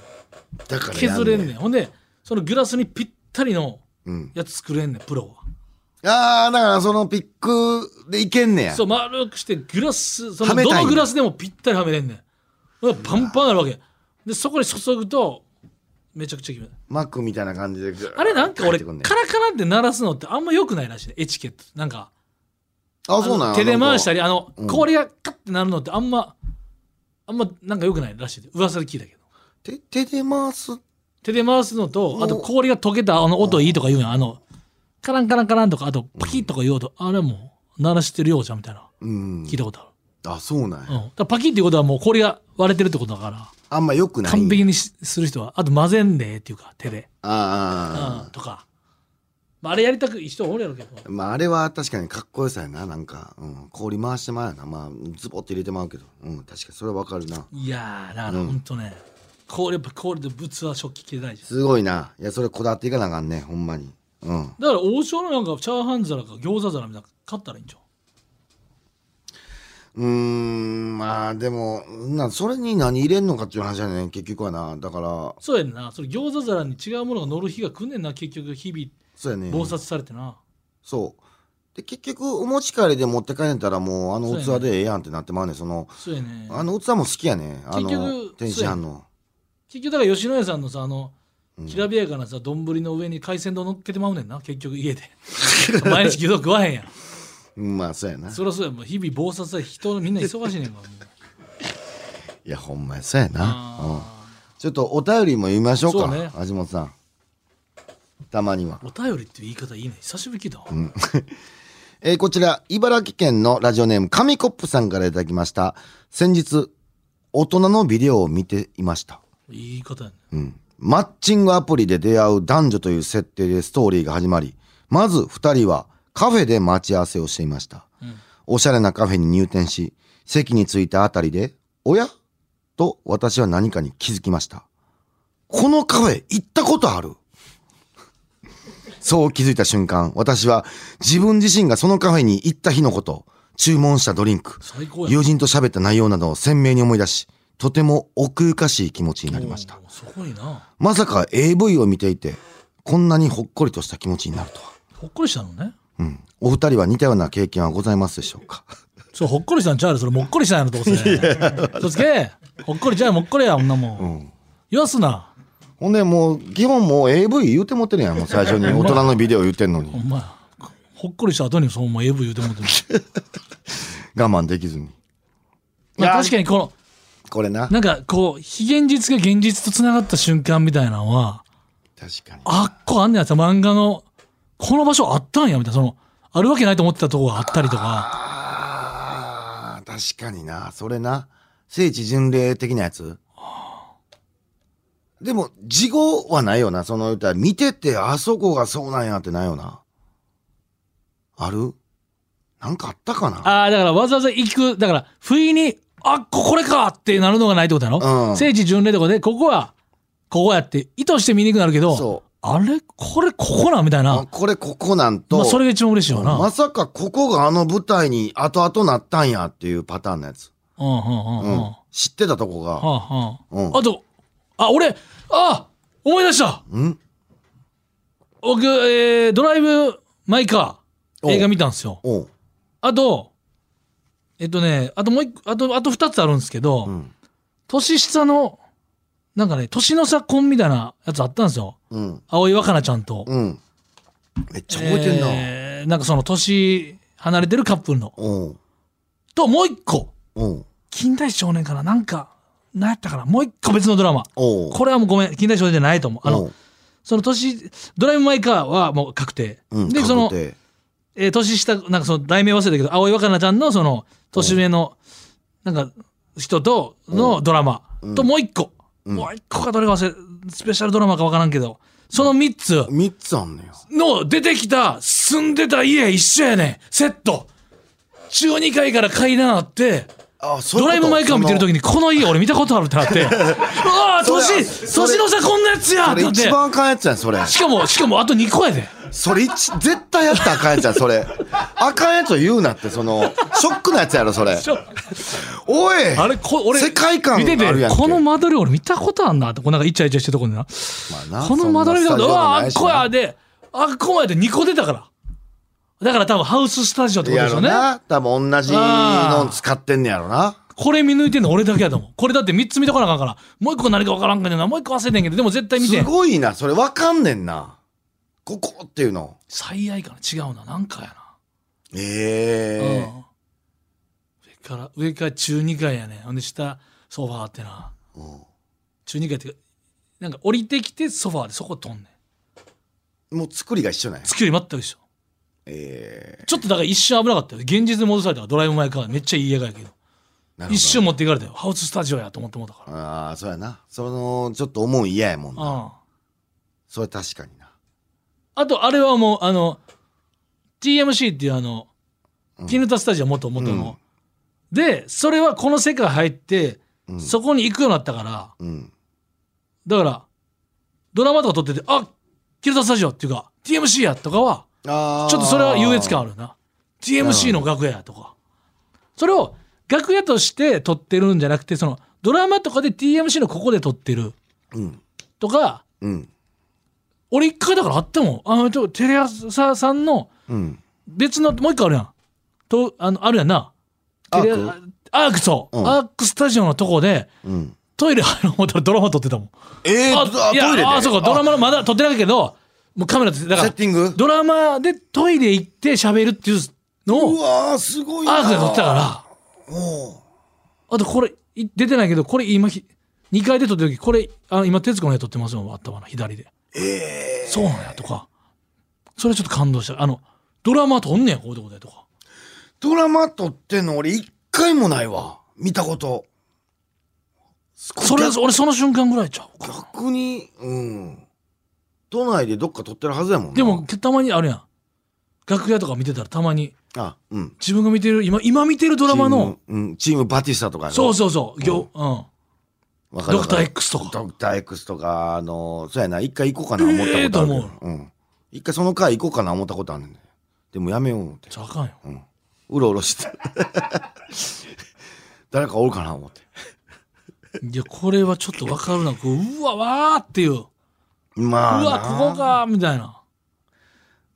Speaker 3: だからや
Speaker 2: 削れん
Speaker 3: ね
Speaker 2: ねん。ほんで、そのグラスにぴったりの
Speaker 3: うん
Speaker 2: やつ作れんねん、プロ
Speaker 3: ああだからそのピックでいけんね
Speaker 2: は。
Speaker 3: や
Speaker 2: そう、丸くして、グラス、その
Speaker 3: はめたい
Speaker 2: ど
Speaker 3: んや
Speaker 2: のグラスでもぴったりはめれんねん。ほんでパンパンあるわけ。で、そこに注ぐと、めちゃくちゃ決める。
Speaker 3: マックみたいな感じで
Speaker 2: あれなんか俺、
Speaker 3: 帰ってくんねん
Speaker 2: カラカラって鳴らすのってあんま良くないらしいね、エチケット。なんか。
Speaker 3: あそうなん
Speaker 2: あの
Speaker 3: や
Speaker 2: 手で回したりあの
Speaker 3: うん
Speaker 2: 氷がカッてなるのってあんまあんまなんか良くないらしいで噂で聞いたけど
Speaker 3: 手手で回す
Speaker 2: 手で回すのと
Speaker 3: お
Speaker 2: あと氷が溶けたあの音いいとか言うやんあのカランカランカランとかあとパキッとか言うと、あれも鳴らしてるようじゃんみたいな
Speaker 3: うん
Speaker 2: 聞いたことある、
Speaker 3: あそうなんや、
Speaker 2: うんだからパキッっていうことはもう氷が割れてるってことだから
Speaker 3: あんまよくない
Speaker 2: 完璧にしする人はあと混ぜんでっていうか手で、う
Speaker 3: あ
Speaker 2: ん、とか、まあ、あれやりたく人おるやろうけど
Speaker 3: あ、まああれは確かにかっこよさやななんか、うん、氷回してまうやなまあズボッて入れてまうけどうん確かにそれはわかるない
Speaker 2: やーだから
Speaker 3: うん
Speaker 2: ほんとね、氷やっぱ氷で物は食器系大事
Speaker 3: すごいないやそれこだわっていかなあかんねほんまにうん
Speaker 2: だから王将のなんかチャーハン皿か餃子皿みたいなの買ったらいいんちゃう
Speaker 3: うーんまあでもなそれに何入れんのかっていう話やねん結局はなだから
Speaker 2: そうやんなそれ餃子皿に違うものが乗る日が来んねんな結局日々
Speaker 3: そうやねん
Speaker 2: 忙殺されてな、
Speaker 3: そうで結局お持ち帰りで持って帰れたらもうあの
Speaker 2: そうや
Speaker 3: 器
Speaker 2: ね
Speaker 3: でええやんってなってまうねんその
Speaker 2: そうやね
Speaker 3: あの器も好きやねあ
Speaker 2: 結
Speaker 3: の
Speaker 2: 局
Speaker 3: 天津飯の
Speaker 2: 結局だから吉野家さんのさあの
Speaker 3: うん
Speaker 2: きらびやかなさ丼の上に海鮮丼乗っけてまうねんな結局家
Speaker 3: [LAUGHS]
Speaker 2: で毎日牛丼食わへんやん
Speaker 3: うんまあそうやな
Speaker 2: そりゃそうやもう日々忙殺され人みんな忙しいねんからもう
Speaker 3: いやほんまやそうやなうん
Speaker 2: あ
Speaker 3: ちょっとお便りも読みましょうか
Speaker 2: そうね
Speaker 3: 橋本さんたまには
Speaker 2: ーお便りっていう言い方いいね久しぶりに聞いたわ、
Speaker 3: えーこちら、茨城県のラジオネーム、紙コップさんからいただきました。先日、大人のビデオを見ていました。
Speaker 2: 言い方やね
Speaker 3: うん。マッチングアプリで出会う男女という設定でストーリーが始まり、まず二人はカフェで待ち合わせをしていました。
Speaker 2: うん
Speaker 3: おしゃれなカフェに入店し、席に着いたあたりで、おやと私は何かに気づきました。このカフェ行ったことあるそう気づいた瞬間、私は自分自身がそのカフェに行った日のこと、注文したドリンク、
Speaker 2: 最高や
Speaker 3: 友人と喋った内容などを鮮明に思い出し、とても奥ゆかしい気持ちになりました。
Speaker 2: おーすごいな
Speaker 3: まさか AV を見ていて、こんなにほっこりとした気持ちになるとは。
Speaker 2: ほっこりしたのね
Speaker 3: うん。お二人は似たような経験はございますでしょうか
Speaker 2: そうほっこりしたんちゃうやろそれもっこりしたんやろどうせ嘘つけほっこりじゃあもっこりやんなもん、
Speaker 3: うん。
Speaker 2: 言わすな
Speaker 3: ほんでもう、基本もう AV 言うてもってるや
Speaker 2: [LAUGHS]
Speaker 3: ん、もう最初に。大人のビデオ言ってんの
Speaker 2: ほ
Speaker 3: に。
Speaker 2: んまやほっこりした後にそうも AV 言うてもってる
Speaker 3: 我慢できずに。
Speaker 2: まあ確かにこの
Speaker 3: これな。
Speaker 2: なんかこう非現実が現実とつながった瞬間みたいなのは
Speaker 3: 確かに。
Speaker 2: あっこあんねやった漫画のこの場所あったんやみたいなそのあるわけないと思ってたとこがあったりとか
Speaker 3: あー確かになそれな聖地巡礼的なやつでも事後はないよなその歌見ててあそこがそうなんやってないよなあるなんかあったかな
Speaker 2: ああだからわざわざ行くだから不意にあっここれかってなるのがないってことやろ、
Speaker 3: うん
Speaker 2: 聖地巡礼とかでここはここやって意図して見にくくなるけど
Speaker 3: そう
Speaker 2: あれこれここなんみたいな
Speaker 3: あこれここなんと、
Speaker 2: まあ、それが一番嬉しいよな、
Speaker 3: まさかここがあの舞台に後々なったんやっていうパターンのやつ、
Speaker 2: うんうんうん
Speaker 3: う
Speaker 2: うんんは
Speaker 3: 知ってたとこが、
Speaker 2: あはあ、
Speaker 3: うん
Speaker 2: あとあ俺あ思い出した
Speaker 3: うん
Speaker 2: 僕、えードライブ・マイ・カー
Speaker 3: お
Speaker 2: 映画見たんですよ
Speaker 3: おう、
Speaker 2: あとえっとねあともう一個あとあと2つあるんですけど、
Speaker 3: うん
Speaker 2: 年下のなんかね年の差婚みたいなやつあったんですよ
Speaker 3: うん
Speaker 2: 葵わかなちゃんと、
Speaker 3: うんめっちゃ覚えてんな、
Speaker 2: えーなんかその年離れてるカップルの
Speaker 3: おう
Speaker 2: ともう一個
Speaker 3: おう
Speaker 2: 近代少年かななんか何やったかなもう一個別のドラマ
Speaker 3: おう
Speaker 2: これはもうごめん近代少年じゃないと思うあ
Speaker 3: お
Speaker 2: の
Speaker 3: う
Speaker 2: その年ドライブ・マイ・カーはもう確定、
Speaker 3: うん、
Speaker 2: で
Speaker 3: 確
Speaker 2: その、
Speaker 3: 定
Speaker 2: えー年下なんかその題名忘れたけど葵わかなちゃんのその年上のなんか人とのドラマともう一個、もう一個かどれか忘れスペシャルドラマかわからんけどその3つ
Speaker 3: 三つあんのよ。
Speaker 2: の出てきた住んでた家一緒やねんセット中2階から階段あって
Speaker 3: あ、そ
Speaker 2: ドライブ・マイ・カー見てる時
Speaker 3: に。
Speaker 2: にこの家俺見たことあるってなってうわあ
Speaker 3: それ
Speaker 2: 年
Speaker 3: それ
Speaker 2: 年の差こんなやつや
Speaker 3: そ
Speaker 2: って
Speaker 3: れ
Speaker 2: なっ
Speaker 3: 一
Speaker 2: て
Speaker 3: 番あかんやつやん、それ。
Speaker 2: しかもしかもあと2個やで。
Speaker 3: それ一、絶対やったらあかんやつやん、それ。あかんやつを言うなって、その、ショックなやつやろ、それ。おい
Speaker 2: あれこ俺
Speaker 3: 世界観あ
Speaker 2: 見て
Speaker 3: る
Speaker 2: て
Speaker 3: やんけ。
Speaker 2: この間取り俺見たことあんなってこうなんかイチャイチャしてるとこにな
Speaker 3: まあな
Speaker 2: この間取り
Speaker 3: そ
Speaker 2: が
Speaker 3: んなスタジオ
Speaker 2: う
Speaker 3: も
Speaker 2: わ
Speaker 3: な
Speaker 2: あ
Speaker 3: い
Speaker 2: っ
Speaker 3: しな
Speaker 2: こやであっこやで2個出たからだから多分ハウススタジオってこと
Speaker 3: や
Speaker 2: でしょ
Speaker 3: ろ
Speaker 2: うね
Speaker 3: な。多分同じの使ってんねやろな。
Speaker 2: これ見抜いてんの俺だけやと思うこれだって3つ見とかなあかんからもう1個何か分からんかんなもう1個忘れてんけどでも絶対見て
Speaker 3: す
Speaker 2: ん
Speaker 3: ごいな、それわかんねんな。ここっていうの。
Speaker 2: 最愛かな違うななんかや
Speaker 3: え
Speaker 2: な、うん上から上から中2階やねんほんで下ソファーってな
Speaker 3: うん
Speaker 2: 中二階ってなんか降りてきてソファーでそこ飛んねん
Speaker 3: もう作りが一緒なんや
Speaker 2: 月より全く一緒
Speaker 3: え
Speaker 2: ちょっとだから一瞬危なかったよ現実に戻されたからドライブ・マイ・カーめっちゃいい映画やけど
Speaker 3: ーなるほど
Speaker 2: 一瞬持っていかれたよハウススタジオやと思ってもうたから
Speaker 3: ああそうやなそのちょっと思う嫌やもんな
Speaker 2: ああ
Speaker 3: それ確かにな
Speaker 2: あとあれはもうあの TMC っていうあの、ティヌタスタジオ元元の、でそれはこの世界入って、
Speaker 3: うん
Speaker 2: そこに行くようになったから
Speaker 3: うん
Speaker 2: だからドラマとか撮っててあティヌタスタジオっていうか TMC やとかは
Speaker 3: あー
Speaker 2: ちょっとそれは優越感あるよな TMC の楽屋やとかそれを楽屋として撮ってるんじゃなくてそのドラマとかで TMC のここで撮ってる
Speaker 3: うん
Speaker 2: とか
Speaker 3: うん
Speaker 2: 俺一回だからあってもんあのちょテレ朝さんの
Speaker 3: うん
Speaker 2: 別のもう一個あるやんとあのあるやんな
Speaker 3: アーク
Speaker 2: テレアークそう、
Speaker 3: うん
Speaker 2: アークスタジオのとこで
Speaker 3: うん
Speaker 2: トイレ入ろう思ったらドラマ撮ってたもん、
Speaker 3: えー、
Speaker 2: あ
Speaker 3: トイレで
Speaker 2: あそうかドラマのまだ撮ってないけどもうカメラつだか
Speaker 3: セッ
Speaker 2: ら
Speaker 3: ティング
Speaker 2: ドラマでトイレ行って喋るっていう
Speaker 3: う
Speaker 2: のを
Speaker 3: わーすごいな
Speaker 2: アークで撮ってたから
Speaker 3: おう
Speaker 2: あとこれい出てないけどこれ今ひ2階で撮ってる時これあの今徹子の絵撮ってますもん頭の左で
Speaker 3: え
Speaker 2: そうなんやとかそれちょっと感動したあのドラマ撮んねやこういうとこでとか
Speaker 3: ー、ドラマ撮ってんの俺一回もないわ見たこと
Speaker 2: それ俺その瞬間ぐらいちゃうか
Speaker 3: 逆にうん都内でどっか撮ってるはずやもんな
Speaker 2: でもたまにあるやん楽屋とか見てたらたまに
Speaker 3: あうん
Speaker 2: 自分が見てる今今見てるド
Speaker 3: ド
Speaker 2: ラマの、
Speaker 3: うん、チームバティスタとか
Speaker 2: そう
Speaker 3: う
Speaker 2: そうそう行、うんドクター X とか
Speaker 3: ドクター X とかあのそうやな一回行こうかな思ったことあるけど、
Speaker 2: えーと思
Speaker 3: うん、一回その回行こうかな思ったことあるんだよでもやめよう思って
Speaker 2: じゃああかんよ
Speaker 3: うろうろして [LAUGHS] 誰かおるかな思って
Speaker 2: いやこれはちょっと分かるなこううわわーっていうう
Speaker 3: まあな
Speaker 2: わここかみたいな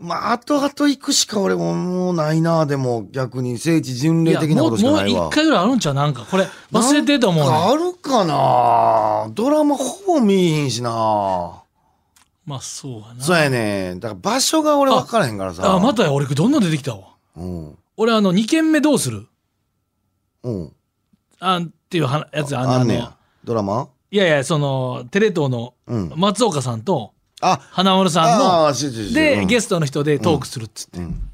Speaker 3: まあ、後々行くしか俺ももうないな、でも逆に聖地巡
Speaker 2: い
Speaker 3: 礼
Speaker 2: や
Speaker 3: 的な
Speaker 2: も
Speaker 3: こと
Speaker 2: う
Speaker 3: しか
Speaker 2: もう
Speaker 3: ないわ。
Speaker 2: 一回ぐらいあるんちゃうなんかこれ忘れてると思うね
Speaker 3: なんかあるかなドラマほぼ見えへんしな。
Speaker 2: まあそうやな
Speaker 3: そうやねだから場所が俺分からへんからさ。
Speaker 2: あまたや俺どんどん出てきたわ
Speaker 3: うん。
Speaker 2: 俺あの2軒目どうする
Speaker 3: うん。
Speaker 2: あんっていうはやつあん
Speaker 3: あ
Speaker 2: あ
Speaker 3: んね
Speaker 2: の
Speaker 3: や。ドラマ
Speaker 2: いやいやそのテレ東の
Speaker 3: うん。
Speaker 2: 松岡さんと
Speaker 3: あ、
Speaker 2: 花丸さんの
Speaker 3: ああ、ししし
Speaker 2: で、ゲ
Speaker 3: ス
Speaker 2: ストの人でトークするっつって、
Speaker 3: ト。うん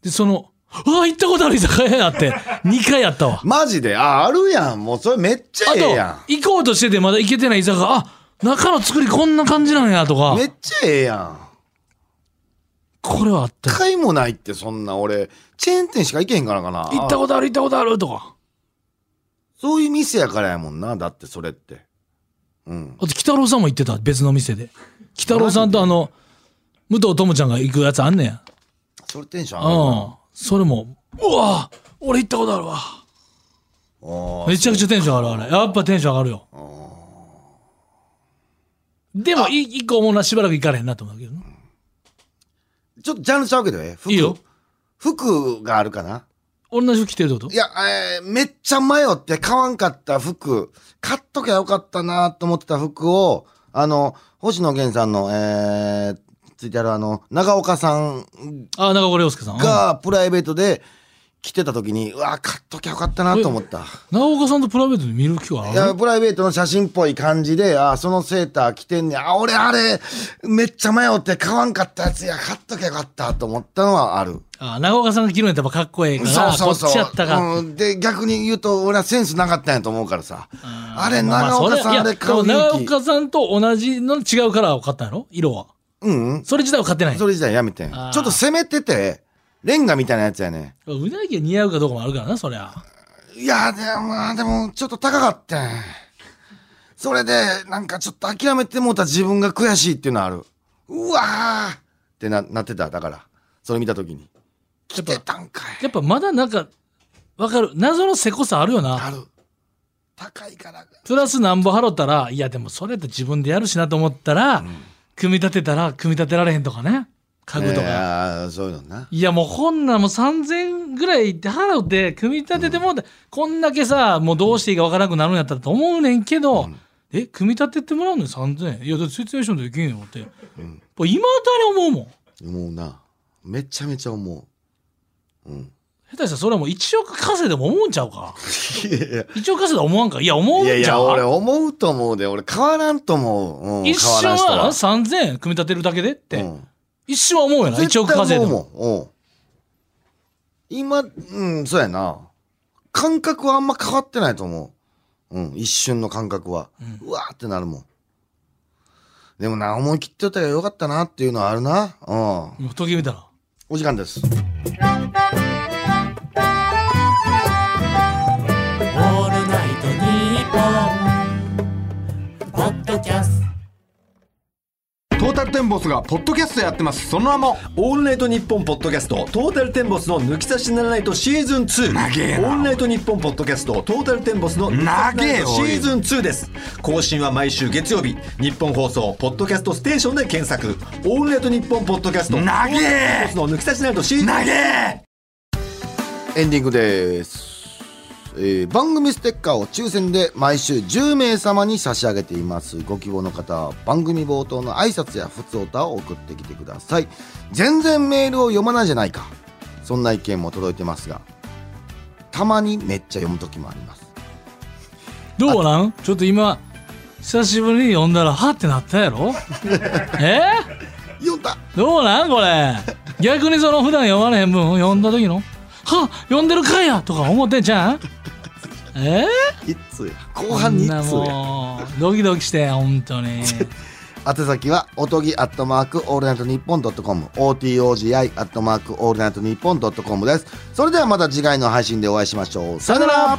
Speaker 2: でその「ああ行ったことある居酒屋や」って2回やったわ
Speaker 3: マジで、あ、あるやん。もうそれめっちゃ
Speaker 2: あ
Speaker 3: え
Speaker 2: と
Speaker 3: えや
Speaker 2: 行こうとしててまだ行けてない居酒屋あ中の作りこんな感じなんやとか
Speaker 3: ん。めっちゃええやん。
Speaker 2: これはあった
Speaker 3: 一
Speaker 2: よ
Speaker 3: 回もないってそんな俺、チェーン店しか行けへんからかな。
Speaker 2: 行ったことある行ったことあるとか
Speaker 3: そういう店やからやもんな。だってそれって。うん。
Speaker 2: あと北郎さんも行ってた別の店で北郎さんとあの武藤智ちゃんが行くやつあんねや
Speaker 3: それテンション
Speaker 2: う
Speaker 3: 上がる
Speaker 2: んそれもうわ俺行ったことあるわ
Speaker 3: な。
Speaker 2: めちゃくちゃテンション上がるあれやっぱテンション上がるよでもい一個思うなしばらく行かれへんなと思うけどな
Speaker 3: ちょっとジャンルちゃうけどね。服
Speaker 2: いいよ
Speaker 3: 服があるかな。
Speaker 2: 同じ服着てるってこと
Speaker 3: いや、えーめっちゃ迷って買わんかった服、買っときゃよかったなと思ってた服を、あの、星野源さんの、えー、ついてあるあの、長岡さん
Speaker 2: あ中岡亮介さんうん
Speaker 3: がプライベートで着てた時に、うわ、買っときゃよかったなと思った。
Speaker 2: 長岡さんとプライベートで見る気はいあ
Speaker 3: や
Speaker 2: る
Speaker 3: プライベートの写真っぽい感じで、あそのセーター着てんねや。あ、俺あれ、めっちゃ迷って買わんかったやつや、買っときゃよかったと思ったのはある。
Speaker 2: あ長岡さんが着るんやったらやっぱかっこええからこっちやったか、
Speaker 3: うんで、逆に言うと、俺はセンスなかったんやと思うからさ。あれ、長岡さん、あれ買
Speaker 2: 顔
Speaker 3: う
Speaker 2: 長
Speaker 3: 勇気。
Speaker 2: 岡さんと同じの違うカラーを買ったんやろ色は
Speaker 3: うんうん。
Speaker 2: それ自体は買ってない
Speaker 3: それ自体やめてん。ち
Speaker 2: あー
Speaker 3: ょっと攻めてて、レンガみたいなやつやね。
Speaker 2: うなぎが似合うかどうかもあるからなそりゃ
Speaker 3: いや、でも、まあでも、ちょっと高かったんそれで、なんかちょっと諦めてもうた自分が悔しいっていうのはある。うわーってななってた、だから。それ見たときに。来てたんかい。
Speaker 2: やっぱまだなんかわかる謎のせこさあるよな
Speaker 3: ある。高いから。
Speaker 2: プラスなんぼ払ったらいやでもそれやって自分でやるしなと思ったら、組み立てたら組み立てられへんとかね家具とか、
Speaker 3: ねえあーそういうのな。
Speaker 2: いやもうこんなんもう3000ぐらい払うて組み立ててもうて、こんだけさもうどうしていいかわからなくなるんやったらと思うねんけど、え組み立ててもらうのに3000円いやだって説明書できんよって、
Speaker 3: ん
Speaker 2: これ今あたり思うもん [LAUGHS]
Speaker 3: 思うなめちゃめちゃ思ううん
Speaker 2: 下手したらそれも1億稼いでも思うんちゃうか
Speaker 3: いやいや
Speaker 2: 1億稼いで思わんかいや思うん
Speaker 3: い
Speaker 2: ちゃ
Speaker 3: や
Speaker 2: う
Speaker 3: いや、俺思うと思うで、俺変わらんと思う。うん、
Speaker 2: 一
Speaker 3: 変わ
Speaker 2: 瞬は
Speaker 3: らん人
Speaker 2: 3000円組み立てるだけでって、
Speaker 3: うん
Speaker 2: 一瞬は思うよな1億稼
Speaker 3: 絶対
Speaker 2: いでも
Speaker 3: 思うもん。うん今、うん、そうやな。感覚はあんま変わってないと思う。うん、一瞬の感覚は。うわーってなるもん。でもな、思い切っておったらよかったなっていうのはあるな。うん。
Speaker 2: もう時計見たら
Speaker 3: お時間です。
Speaker 4: オールナイトニッポン」ポッドキャスト
Speaker 5: トータルテンボスがポッドキャストやってますその名も
Speaker 6: オールナイトニッポンポッドキャストトータルテンボスの抜き差しならないとシーズン2
Speaker 5: 長えな
Speaker 6: オールナイトニッポンポッドキャストトータルテンボスの抜き差しならないとシーズン2です更新は毎週月曜日日本放送ポッドキャストステーションで検索オールナイトニッポンポッドキャスト
Speaker 5: 長え
Speaker 6: トータルテンボスの抜き差しならないとシーズン2
Speaker 3: エンディングです、えー番組ステッカーを抽選で毎週10名様に差し上げていますご希望の方は番組冒頭の挨拶や普通歌を送ってきてください全然メールを読まないじゃないかそんな意見も届いてますがたまにめっちゃ読む時もあります
Speaker 2: どうなんちょっと今久しぶりに呼んだらはってなった
Speaker 3: [LAUGHS]
Speaker 2: やろえ
Speaker 3: 読んだ
Speaker 2: どうなんこれ逆にその普段読まれへん分読んだ時の「は読んでるかいや!」とか思ってんじゃんえ
Speaker 3: 一通や後
Speaker 2: ー、
Speaker 3: 半に
Speaker 2: こん
Speaker 3: 一
Speaker 2: な
Speaker 3: 通や
Speaker 2: もうドキドキして本当に
Speaker 3: 宛先はおとぎアットマークオールナイトニッポンドットコム OTOGI アットマークオールナイトニッポンドットコムですそれではまた次回の配信でお会いしましょうさよなら